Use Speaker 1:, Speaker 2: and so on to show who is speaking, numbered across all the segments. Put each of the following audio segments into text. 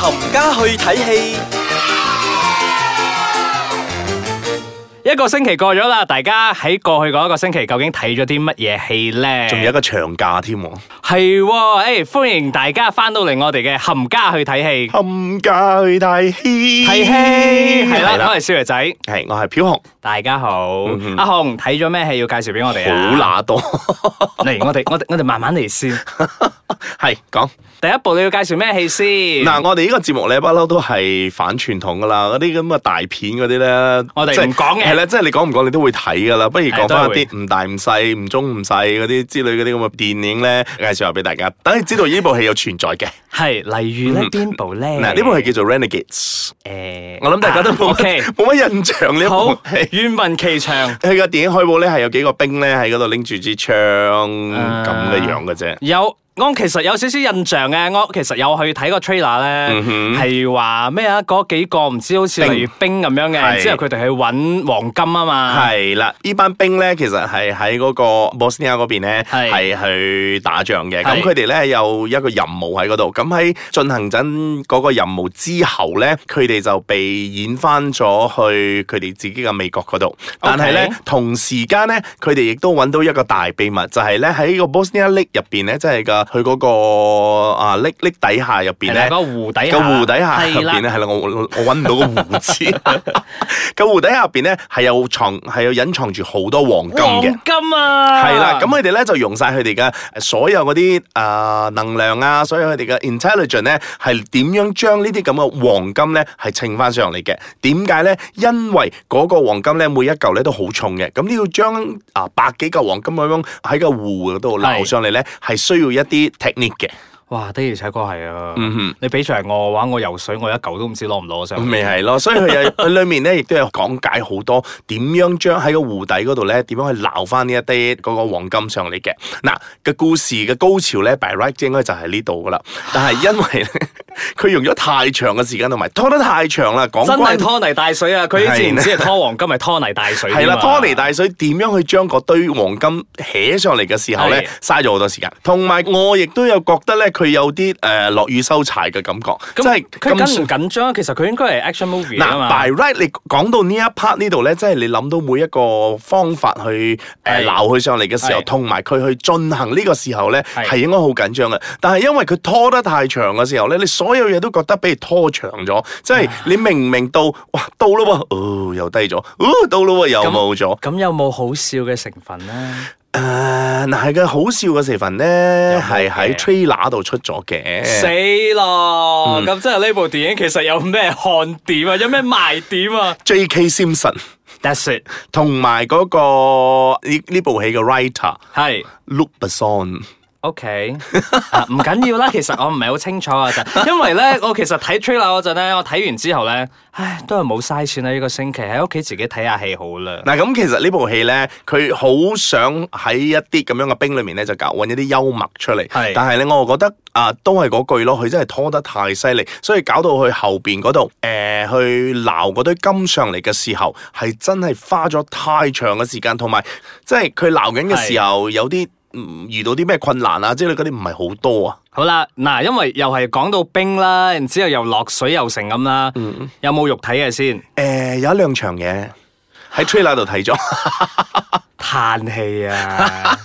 Speaker 1: 冚家去睇戲，
Speaker 2: 一個星期過咗啦，大家喺過去嗰一個星期究竟睇咗啲乜嘢戲呢？
Speaker 3: 仲有一個長假添喎，
Speaker 2: 係喎，誒歡迎大家翻到嚟我哋嘅冚家去睇戲，
Speaker 3: 冚家去睇戲，
Speaker 2: 睇戲係啦，我係少爺仔，
Speaker 3: 係我係飄紅，
Speaker 2: 大家好，
Speaker 3: 哼
Speaker 2: 阿紅睇咗咩戲要介紹俾我哋啊？
Speaker 3: 好乸多，
Speaker 2: 嚟，我哋我哋我哋慢慢嚟 先。
Speaker 3: 係講
Speaker 2: 第一部你要介紹咩戲先？
Speaker 3: 嗱，我哋呢個節目咧不嬲都係反傳統噶啦，嗰啲咁嘅大片嗰啲咧，
Speaker 2: 我哋
Speaker 3: 即係
Speaker 2: 唔講嘅
Speaker 3: 係啦，即係你講唔講你都會睇噶啦，不如講
Speaker 2: 係
Speaker 3: 翻
Speaker 2: 都係
Speaker 3: 一
Speaker 2: 會
Speaker 3: 啲唔大唔細、唔中唔細嗰啲之類嗰啲咁嘅電影咧，介紹下俾大家，等你知道呢部戲有存在嘅。
Speaker 2: 係，例如咧邊部咧？
Speaker 3: 嗱，呢部戲叫做《Renegades》，
Speaker 2: 誒，
Speaker 3: 我諗大家都冇
Speaker 2: O K
Speaker 3: 乜。 冇乜印象呢一
Speaker 2: 啊好
Speaker 3: 部戲，。
Speaker 2: 願聞其詳。
Speaker 3: 佢個電影海報咧係有幾個兵咧喺嗰度拎住支槍
Speaker 2: 啊
Speaker 3: 咁嘅樣嘅啫。
Speaker 2: 有我其實有少少印象嘅，我其實有去睇個 trailer 咧，係話咩啊？嗰幾個唔知好似
Speaker 3: 兵
Speaker 2: 例如冰咁樣嘅，
Speaker 3: 係
Speaker 2: 之後佢哋去揾黃金啊嘛，
Speaker 3: 係啦，呢班兵咧，其實係喺嗰個波斯尼亞嗰邊咧，
Speaker 2: 係
Speaker 3: 係去打仗嘅。咁
Speaker 2: 係
Speaker 3: 佢哋咧有一個任務喺嗰度。咁喺進行緊嗰個任務之後咧，佢哋就被演翻咗去佢哋自己嘅美國嗰度。但係咧
Speaker 2: OK
Speaker 3: 同時間咧，佢哋亦都揾到一個大秘密，就係咧喺個波斯尼亞 lake 入邊咧，即係個佢嗰個啊 lake lake 底下入邊
Speaker 2: 係啦，嗰。
Speaker 3: 咧
Speaker 2: 個湖底
Speaker 3: 個
Speaker 2: 下
Speaker 3: 湖底下入
Speaker 2: 係
Speaker 3: 邊
Speaker 2: 啦，
Speaker 3: 咧，係啦，我我揾唔到個湖字。 個湖底下入邊咧係有藏係有隱藏住好多黃金
Speaker 2: 黃
Speaker 3: 嘅。
Speaker 2: 金啊，
Speaker 3: 係啦，咁佢哋咧就用晒佢哋嘅所有嗰啲啊能量啊，所有佢哋嘅 intelligence 咧，係點樣將呢啲咁嘅黃金咧係稱翻上嚟嘅？點解咧？因為嗰個黃金咧每一嚿咧都好重嘅，咁你要將啊百幾嚿黃金咁樣喺個湖嗰度撈
Speaker 2: 係
Speaker 3: 上嚟咧，係需要一啲 technique 嘅。
Speaker 2: 哇的而且確係啊
Speaker 3: 嗯哼，
Speaker 2: 你俾着我嘅話，我游水我一嚿都唔知攞唔攞上嚟。
Speaker 3: 咪係咯，所以佢 有佢裏面咧，亦都有講解好多點樣將喺個湖底嗰度咧，點樣去撈翻呢一啲嗰個黃金上嚟嘅。嗱，個故事嘅高潮咧，by right 應該就係呢 度噶啦。但係因為呢佢用咗太長嘅時間，同埋拖得太長啦，講
Speaker 2: 真
Speaker 3: 關
Speaker 2: 係拖泥帶水啊！佢之前只係拖黃金，係拖泥帶水。啊
Speaker 3: 係啦，拖泥。帶水點樣去將嗰堆黃金起上嚟嘅時候咧，嘥咗好多時間。同埋我亦都有覺得咧，佢有啲誒落雨收柴嘅感覺，即
Speaker 2: 咁
Speaker 3: 係
Speaker 2: 佢
Speaker 3: 咁
Speaker 2: 緊唔緊張？其實佢應該係 action movie 啊
Speaker 3: 嗱
Speaker 2: 嘛。
Speaker 3: ，by right，你講到呢一 part 呢度咧，即係你諗到每一個方法去
Speaker 2: 係
Speaker 3: 誒鬧佢上嚟嘅時候，
Speaker 2: 係
Speaker 3: 同埋佢去進行呢個時候咧，
Speaker 2: 係
Speaker 3: 係應該好緊張嘅。但係因為佢拖得太長嘅時候咧，你所有嘢都覺得俾佢拖長咗，即係你明明到哇到啦喎，哦又低咗，哦到啦喎又冇咗。
Speaker 2: 咁有冇好笑嘅成分咧？
Speaker 3: 誒，嗱係嘅，好笑嘅成分
Speaker 2: 有
Speaker 3: 咧
Speaker 2: 冇嘅
Speaker 3: 係喺 trailer 度出咗嘅。
Speaker 2: 死咯！咁即係呢部電影其實有咩看點啊？有咩賣點啊
Speaker 3: J.K. Simpson
Speaker 2: ？That's it，
Speaker 3: 同埋嗰個呢呢部戲嘅 writer
Speaker 2: 係
Speaker 3: Luc Besson。
Speaker 2: OK，啊 唔緊要啦。其實我唔係好清楚啊，就因為咧，我其實睇 trailer 嗰陣咧，我睇完之後咧，唉，都係冇嘥錢啦。呢個星期喺屋企自己睇下戲好啦。
Speaker 3: 嗱，咁其實呢部戲咧，佢好想喺一啲咁樣嘅冰裏面咧，就搞揾一啲幽默出嚟。
Speaker 2: 係
Speaker 3: 但係咧，我又覺得啊、都係嗰句咯，佢真係拖得太犀利，所以搞到佢後邊嗰度誒去鬧嗰堆金上嚟嘅時候，係真係花咗太長嘅時間，同埋即係佢鬧緊嘅時候有啲。嗯遇到啲咩困難啊之類嗰啲唔係好多啊，
Speaker 2: 好啦，嗱，因為又係講到冰啦，然之後又落水又成咁啦，有冇肉睇嘅先？
Speaker 3: 誒、有一兩場嘅喺 trailer 度睇咗，
Speaker 2: 嘆氣啊！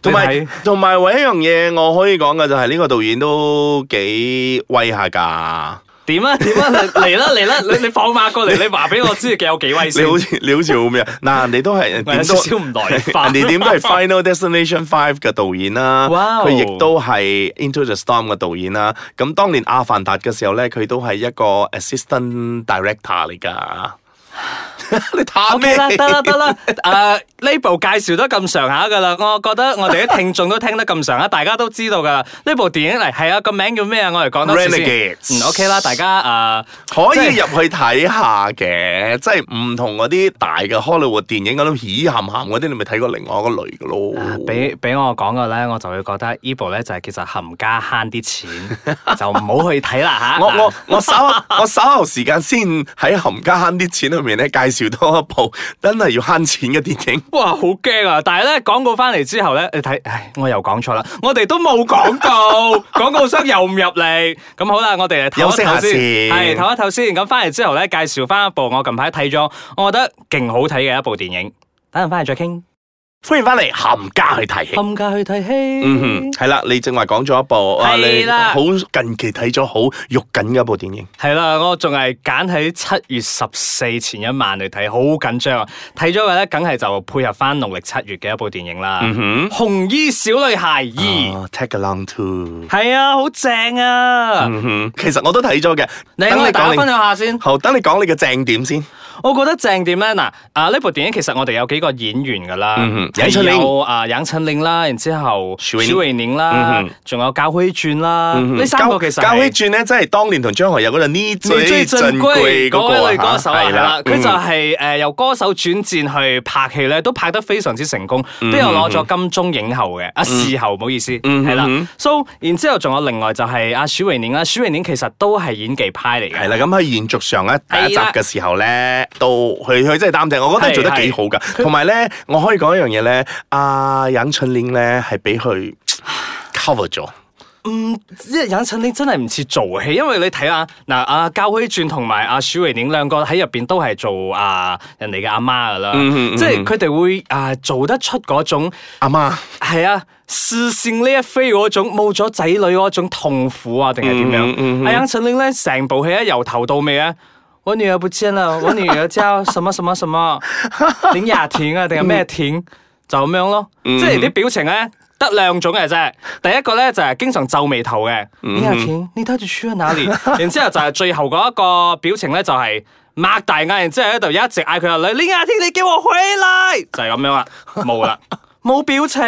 Speaker 3: 同
Speaker 2: 你
Speaker 3: 埋
Speaker 2: 睇
Speaker 3: 同埋唯一一樣嘢我可以講嘅就係呢個導演都幾威下㗎。
Speaker 2: 點啊點啊嚟嚟啦嚟啦！你你放馬過嚟，你話俾我知你有幾威
Speaker 3: 你
Speaker 2: 先？
Speaker 3: 好似你好似好 咩啊？嗱，人哋都係人
Speaker 2: 我有
Speaker 3: 點
Speaker 2: 少
Speaker 3: 都
Speaker 2: 少唔 耐煩。
Speaker 3: 人哋 點都係 Final Destination Five 嘅導演啦，
Speaker 2: 哇哦
Speaker 3: 佢亦都係 Into the Storm 嘅導演啦。咁當年《阿凡達》嘅時候咧，佢都係一個 assistant director 嚟㗎。 你
Speaker 2: O K
Speaker 3: 嘆咩？
Speaker 2: 啦，得啦得啦，誒呢部介紹得咁上下噶啦，我覺得我哋啲聽眾都聽得咁上下，大家都知道噶啦。呢部電影嚟係啊，個名叫咩啊？我嚟講多次先
Speaker 3: Renegades。
Speaker 2: O K 啦，大家
Speaker 3: 可以
Speaker 2: 即
Speaker 3: 入去睇下嘅，即係唔同嗰啲大嘅 Hollywood 電影嗰種咦鹹鹹嗰啲，你咪睇過另外一個類嘅咯。
Speaker 2: 誒啊俾俾我講嘅咧，我就會覺得呢部咧就係其實冚家慳啲錢，就唔好去睇啦嚇。
Speaker 3: 我我我稍後我稍後時間先喺冚家慳啲錢裏面咧介紹多一部真係要慳錢嘅電影。
Speaker 2: 哇，好驚啊！但係咧廣告翻嚟之後咧，你睇，唉，我又講錯啦，我哋都冇廣 告，廣告商又唔入嚟。咁好啦，我哋嚟
Speaker 3: 休息下先
Speaker 2: 係唞一唞先。咁翻嚟之後咧，介紹翻一部我近排睇咗，我覺得勁好睇嘅一部電影。等陣翻嚟再傾，
Speaker 3: 歡迎翻嚟，冚家去睇戲。
Speaker 2: 冚家去睇戲。
Speaker 3: 嗯哼，係啦，你正話講咗一部，啊你
Speaker 2: 係啦
Speaker 3: 好近期睇咗好肉緊嘅一部電影。
Speaker 2: 係啦，我仲係揀喺七月十四前一晚嚟睇，好緊張啊！睇咗嘅咧，梗係就配合翻農曆七月嘅一部電影啦，
Speaker 3: 嗯
Speaker 2: 紅衣小女孩二》
Speaker 3: 啊 Take Along Two。
Speaker 2: 係啊，好正啊！
Speaker 3: 嗯哼，其實我都睇咗嘅。
Speaker 2: 你
Speaker 3: 等
Speaker 2: 我哋大家
Speaker 3: 講
Speaker 2: 分
Speaker 3: 你，
Speaker 2: 享下先。
Speaker 3: 好，等你講你嘅正點先。
Speaker 2: 我覺得正點咧，嗱啊呢部電影其實我哋有幾個演員噶啦，
Speaker 3: 嗯哼
Speaker 2: 係
Speaker 3: 楊丞琳
Speaker 2: 有啊楊丞琳啦，然之後
Speaker 3: 許瑋甯
Speaker 2: 許瑋甯啦
Speaker 3: 嗯哼，
Speaker 2: 仲有教輝傳啦，
Speaker 3: 嗯
Speaker 2: 呢三個其實
Speaker 3: 交
Speaker 2: 係
Speaker 3: 交起轉咧，真係當年同張學友嗰陣呢
Speaker 2: 你最
Speaker 3: 最
Speaker 2: 珍
Speaker 3: 珍
Speaker 2: 貴
Speaker 3: 貴
Speaker 2: 嗰
Speaker 3: 嗰
Speaker 2: 位女
Speaker 3: 個
Speaker 2: 歌手啊，係啦，佢就
Speaker 3: 係嗯
Speaker 2: 係誒由歌手轉戰去拍戲咧，都拍得非常之成功，都有攞咗金鐘影后嘅，啊視后唔好意思，
Speaker 3: 嗯
Speaker 2: 係啦
Speaker 3: 嗯。
Speaker 2: So 然之後仲有另外就係啊阿許瑋甯啦，許瑋甯其實都係演技派嚟
Speaker 3: 係
Speaker 2: 嘅。
Speaker 3: 啦，咁喺延續上咧第一集
Speaker 2: 係啦
Speaker 3: 嘅時候咧，到佢佢真係擔正，我覺得佢做得幾好噶。同埋咧，我可以講一樣嘢咧，阿楊丞琳咧係俾佢 cover 咗。
Speaker 2: 嗯，即係楊丞琳真係唔似做戲，因為你睇下嗱，阿教輝傳同埋阿許瑋甯兩個喺入邊都係做啊人哋嘅阿媽噶啦，
Speaker 3: 嗯嗯
Speaker 2: 即係佢哋會啊做得出嗰種。
Speaker 3: 阿媽，
Speaker 2: 系啊，視線呢一飛嗰種冇咗仔女嗰種痛苦啊，定係點
Speaker 3: 嗯嗯嗯
Speaker 2: 樣？阿楊丞琳咧，成部戲咧由頭到尾咧，我女兒不見啦，我女兒叫什麼什麼什麼，點廿田啊，定係咩田，就咁樣咯。即係啲表情咧，得兩種嘅啫。第一個咧就係經常皺眉頭嘅，你廿田，你到底去咗哪裡？然之後就係最後嗰一個表情咧就係。擘大眼，然之後喺度一直嗌佢阿女，你廿天你叫我回來，就係、咁樣啦，冇啦，冇表情。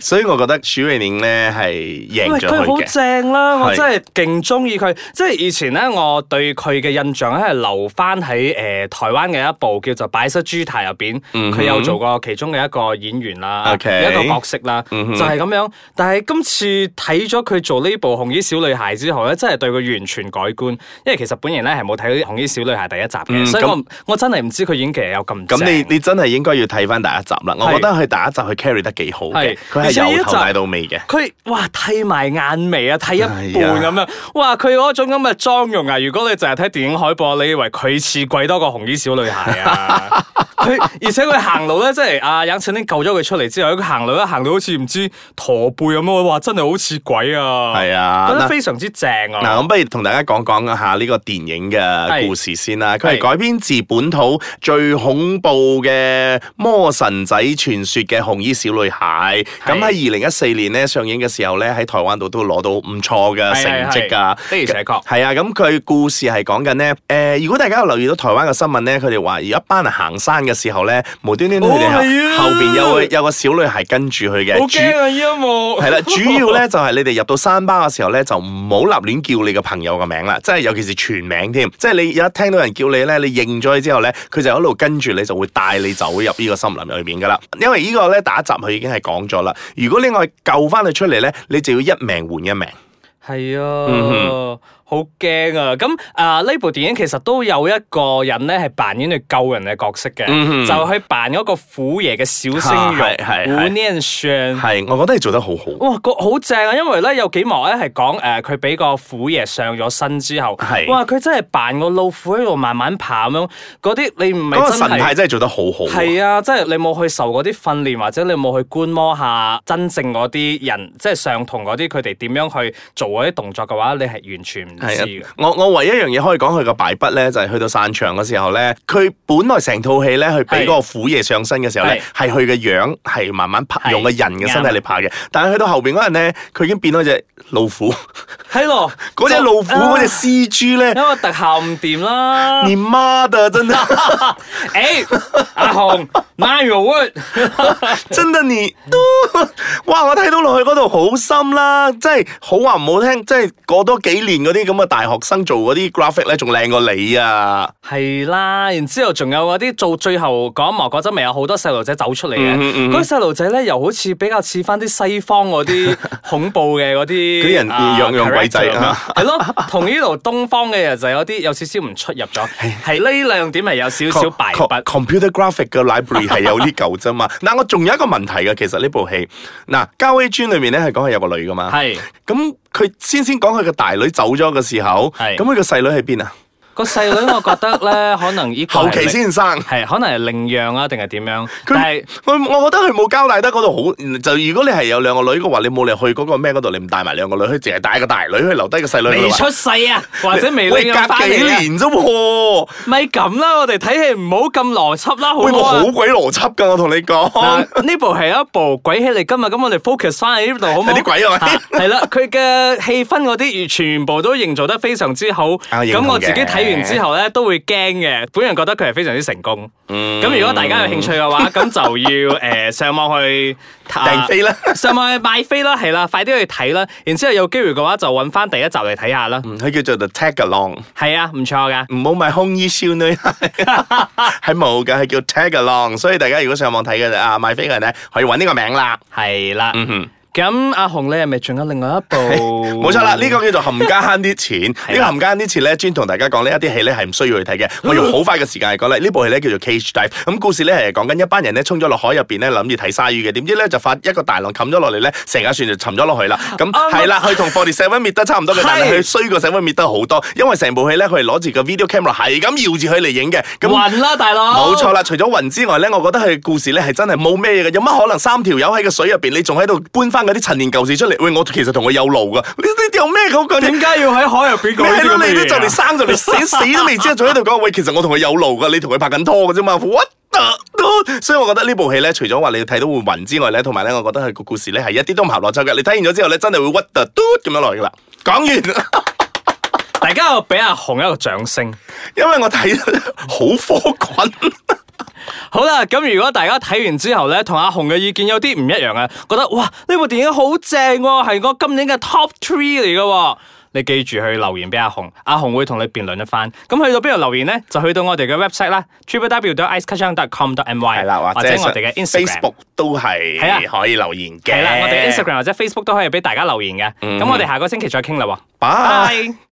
Speaker 3: 所以我覺得許瑋甯咧係贏
Speaker 2: 喂，
Speaker 3: 咗
Speaker 2: 佢好
Speaker 3: 佢嘅。
Speaker 2: 正啦！我
Speaker 3: 係
Speaker 2: 真係勁中意佢，即係以前咧，我對佢嘅印象咧係留翻喺誒台灣嘅一部叫做《擺失豬蹄》入邊，佢、有做過其中嘅一個演員啦
Speaker 3: 嗯 OK 嗯
Speaker 2: 一個角色啦就係咁樣。但係今次睇咗佢做呢部《紅衣小女孩》之後咧，真係對佢完全改觀，因為其實本人咧係冇睇《紅衣小女孩》第一集嘅，
Speaker 3: 嗯
Speaker 2: 所以我
Speaker 3: 咁
Speaker 2: 我真係唔知佢演技有咁
Speaker 3: 咁
Speaker 2: 正。
Speaker 3: 你你真係應該要睇翻第一集啦，我覺得佢第一集佢 carry 得幾好嘅
Speaker 2: 係，
Speaker 3: 佢
Speaker 2: 而且呢
Speaker 3: 係
Speaker 2: 一
Speaker 3: 由
Speaker 2: 集
Speaker 3: 頭帶到尾嘅。
Speaker 2: 佢哇剃埋眼眉啊，剃一半咁
Speaker 3: 係
Speaker 2: 樣，哇佢嗰種咁嘅妝容啊，如果你淨係睇電影海報，你以為佢似鬼多過紅衣小女孩啊？佢而且佢行路咧，即係阿楊丞琳救咗佢出嚟之後，佢行路咧行到好似唔知駝背咁樣，哇真係好似鬼啊！
Speaker 3: 係啊，
Speaker 2: 覺
Speaker 3: 嗱
Speaker 2: 得非常之正
Speaker 3: 嗱，
Speaker 2: 啊！
Speaker 3: 咁不如同大家講講一下呢個電影嘅故事先啦。佢
Speaker 2: 係
Speaker 3: 係改編自本土最恐怖嘅魔神仔傳說嘅《紅衣小女孩》。
Speaker 2: 係
Speaker 3: 咁喺二零一四年咧上映嘅時候咧，喺台灣度都攞到唔錯嘅成績㗎。
Speaker 2: 係係係的而且確
Speaker 3: 係啊，咁佢故事係講緊咧，誒，如果大家有留意到台灣嘅新聞咧，佢哋話有一班人行山嘅時候咧，無端端佢哋
Speaker 2: 哦係啊
Speaker 3: 後後邊有個有個小女孩跟住佢嘅，
Speaker 2: 好
Speaker 3: 主
Speaker 2: 驚啊！依一幕
Speaker 3: 係啦，主要咧就係你哋入到山巴嘅時候咧，就唔好立亂叫你嘅朋友嘅名啦，即係尤其是全名添。即係你有一聽到人叫你咧，你認咗佢之後咧，佢就一路跟住你，就會帶你走入呢個森林裏面噶啦。因為呢個咧第一集佢已經係講咗啦，如果你我救翻佢出嚟咧，你就要一命換一命。
Speaker 2: 係
Speaker 3: 嗯
Speaker 2: 啊，好驚啊！咁啊，呢部電影其實都有一個人咧係扮演去救人嘅角色嘅，
Speaker 3: 嗯哼
Speaker 2: 就去扮嗰個虎爺嘅小聲
Speaker 3: 啊係係
Speaker 2: 肉
Speaker 3: 係
Speaker 2: 胡念炫。
Speaker 3: 係，我覺得你做得好好。
Speaker 2: 哇，個好正啊！因為咧有幾幕咧係講誒佢俾個虎爺上咗身之後，
Speaker 3: 係
Speaker 2: 哇佢真係扮個老虎喺度慢慢爬咁樣，嗰啲你唔
Speaker 3: 嗰個
Speaker 2: 係
Speaker 3: 神
Speaker 2: 真
Speaker 3: 態
Speaker 2: 係。
Speaker 3: 真係做得好好。
Speaker 2: 係啊，即係你冇去受嗰啲訓練，或者你冇去觀摩下真正嗰啲人，即係上同嗰啲佢哋點樣去做嗰啲動作嘅話，你係完全唔知
Speaker 3: 係
Speaker 2: 嘅
Speaker 3: 啊。，我我唯一一樣嘢可以講佢個敗筆咧，就係、去到散場嘅時候咧，佢本來成套戲咧，佢俾嗰個虎爺上身嘅時候咧，係佢嘅樣係慢慢
Speaker 2: 係
Speaker 3: 拍，用個人嘅身體
Speaker 2: 啱
Speaker 3: 嚟拍嘅。但係去到後邊嗰陣咧，佢已經變咗隻老 虎，
Speaker 2: 係咯，
Speaker 3: 嗰隻
Speaker 2: 就
Speaker 3: 老虎嗰隻
Speaker 2: 啊
Speaker 3: 獅 豬咧，
Speaker 2: 因為特效唔掂啦。
Speaker 3: 你媽的，真的
Speaker 2: 誒，阿 紅，Nine Wood，
Speaker 3: 真的你都， 哇！我睇到落去嗰度好深啦，即係好話唔好聽，即係過多幾年嗰啲咁咁嘅大學生做嗰啲 graphic 咧，仲靚過你啊！
Speaker 2: 係啦，然之後仲有嗰啲做最後嗰一幕嗰陣，咪有好多細路仔走出嚟
Speaker 3: 嗯
Speaker 2: 嘅。嗰啲細路仔咧，又好似比較似翻啲西方嗰 啲恐怖嘅嗰啲
Speaker 3: 嗰啲人
Speaker 2: 啊
Speaker 3: 養養鬼仔
Speaker 2: character 咁樣
Speaker 3: 啊
Speaker 2: 係咯，同呢度東方嘅人就有啲有少少唔出入咗。係呢兩點係有少少敗
Speaker 3: Co- co-
Speaker 2: 筆。
Speaker 3: computer graphic 嘅 library 係有呢嚿 啫嘛。嗱，我仲有一個問題嘅，其實呢部戲嗱《交 A 專》裏面咧係講係有個女噶嘛，
Speaker 2: 係
Speaker 3: 咁佢先先講佢嘅大女走咗嘅時候，
Speaker 2: 係
Speaker 3: 咁佢個細女喺邊啊？
Speaker 2: 個細女，我覺得咧，可能呢個係
Speaker 3: 後期
Speaker 2: 領
Speaker 3: 先生。
Speaker 2: 係可能係領養啊，定係點樣？但
Speaker 3: 佢
Speaker 2: 係
Speaker 3: 我我覺得佢冇交代得嗰度好，就如果你係有兩個女嘅話，你冇理由去嗰個咩嗰度，你唔帶埋兩個女，佢淨係帶個大女，去留低個細女喺
Speaker 2: 未
Speaker 3: 度話。
Speaker 2: 出世啊，或者未
Speaker 3: 喂
Speaker 2: 領養
Speaker 3: 隔
Speaker 2: 翻
Speaker 3: 幾
Speaker 2: 嚟啊。
Speaker 3: 年啫喎，
Speaker 2: 咪咁啦，我哋睇戲唔好咁邏輯啦，好
Speaker 3: 喂
Speaker 2: 唔
Speaker 3: 我
Speaker 2: 好啊
Speaker 3: 好鬼邏輯㗎，我同你講。
Speaker 2: 嗱，呢部係一部鬼戲嚟，今日咁我哋 focus 翻喺呢度好唔好？
Speaker 3: 有啲鬼啊係咪
Speaker 2: 嚇係啦，佢嘅氣氛嗰啲全部都營造得非常之好。
Speaker 3: 啊認
Speaker 2: 咁
Speaker 3: 同
Speaker 2: 我自己
Speaker 3: 嘅
Speaker 2: 睇完之後咧都會驚嘅，本人覺得佢係非常之成功。咁如果大家有興趣 嘅話，咁就要誒上網去啊
Speaker 3: 訂飛啦
Speaker 2: 上網去買飛啦，係啦，快啲去睇啦。然之後有機會嘅話就揾翻第一集嚟睇下啦。
Speaker 3: 嗯佢叫做 The Tag Along。
Speaker 2: 係啊，唔錯㗎。
Speaker 3: 唔好買空衣少女， 係冇噶，係叫 tag along。所以大家如果上網睇嘅啊買飛嘅人咧，可以揾呢個名啦。
Speaker 2: 係啦。
Speaker 3: 哼
Speaker 2: 咁阿紅，你係咪仲有另外一部？
Speaker 3: 冇錯啦，呢、個叫做冚家慳啲錢。呢個冚家慳啲錢咧，專同大家講呢一啲戲咧係唔需要去睇嘅。
Speaker 2: 嗯
Speaker 3: 我用好快嘅時間嚟講咧，呢部戲咧叫做 Cage Dive。咁故事咧係講緊一班人咧衝咗落海入邊咧諗住睇鯊魚嘅，點知咧就發一個大浪冚咗落嚟咧，成架船就沉咗落去啦。咁
Speaker 2: 啊
Speaker 3: 係啦，佢同 Forty Seven 滅得差唔多嘅，但係
Speaker 2: 係
Speaker 3: 佢衰過 Seven 滅得好多，因為成部戲咧佢係攞住個 video camera 係咁搖住佢嚟影嘅。咁
Speaker 2: 暈啦，大佬。
Speaker 3: 冇錯啦，除咗雲之外咧，我覺得佢嘅故事咧係真係冇咩嘅，有乜可能三條友喺個水入邊，你仲喺度搬翻嗰啲陳年舊事出嚟？喂，我其實同佢有路噶，你你有咩好講啫？
Speaker 2: 點解要喺海入邊
Speaker 3: 你
Speaker 2: 講呢啲
Speaker 3: 係
Speaker 2: 咁
Speaker 3: 咯，
Speaker 2: 嘅
Speaker 3: 你
Speaker 2: 嘢
Speaker 3: 都
Speaker 2: 啊
Speaker 3: 就嚟生就嚟死，死都未知，仲喺度講喂，其實我同佢有路噶，你同佢拍緊拖嘅啫嘛，what the- 所以我覺得呢部戲咧，除咗話你睇到會暈之外咧，同埋咧，我覺得佢個故事咧係一啲都唔合邏輯嘅。你睇完咗之後咧，真係會 what the dude 咁樣落去噶啦。講完。
Speaker 2: 大家又俾阿紅一個掌聲。
Speaker 3: 因為我睇得好科滾，
Speaker 2: 好啦，咁如果大家睇完之後咧，同阿紅嘅意見有啲唔一樣啊，覺得哇呢部電影好正喎，係我今年嘅 top three 嚟嘅喎。你記住去留言俾阿紅，阿紅會同你辯論一番。咁去到邊度留言咧？就去到我哋嘅 website 啦 t r i p l e w i c e c a t c h n c o m my 或者我哋嘅 Instagram。
Speaker 3: Facebook 都
Speaker 2: 係啊
Speaker 3: 係可以留言嘅。嗯
Speaker 2: 係啦，我哋 Instagram 或者 Facebook 都可以俾大家留言嘅。咁我哋下個星期再傾啦喎，
Speaker 3: 拜。
Speaker 2: 拜。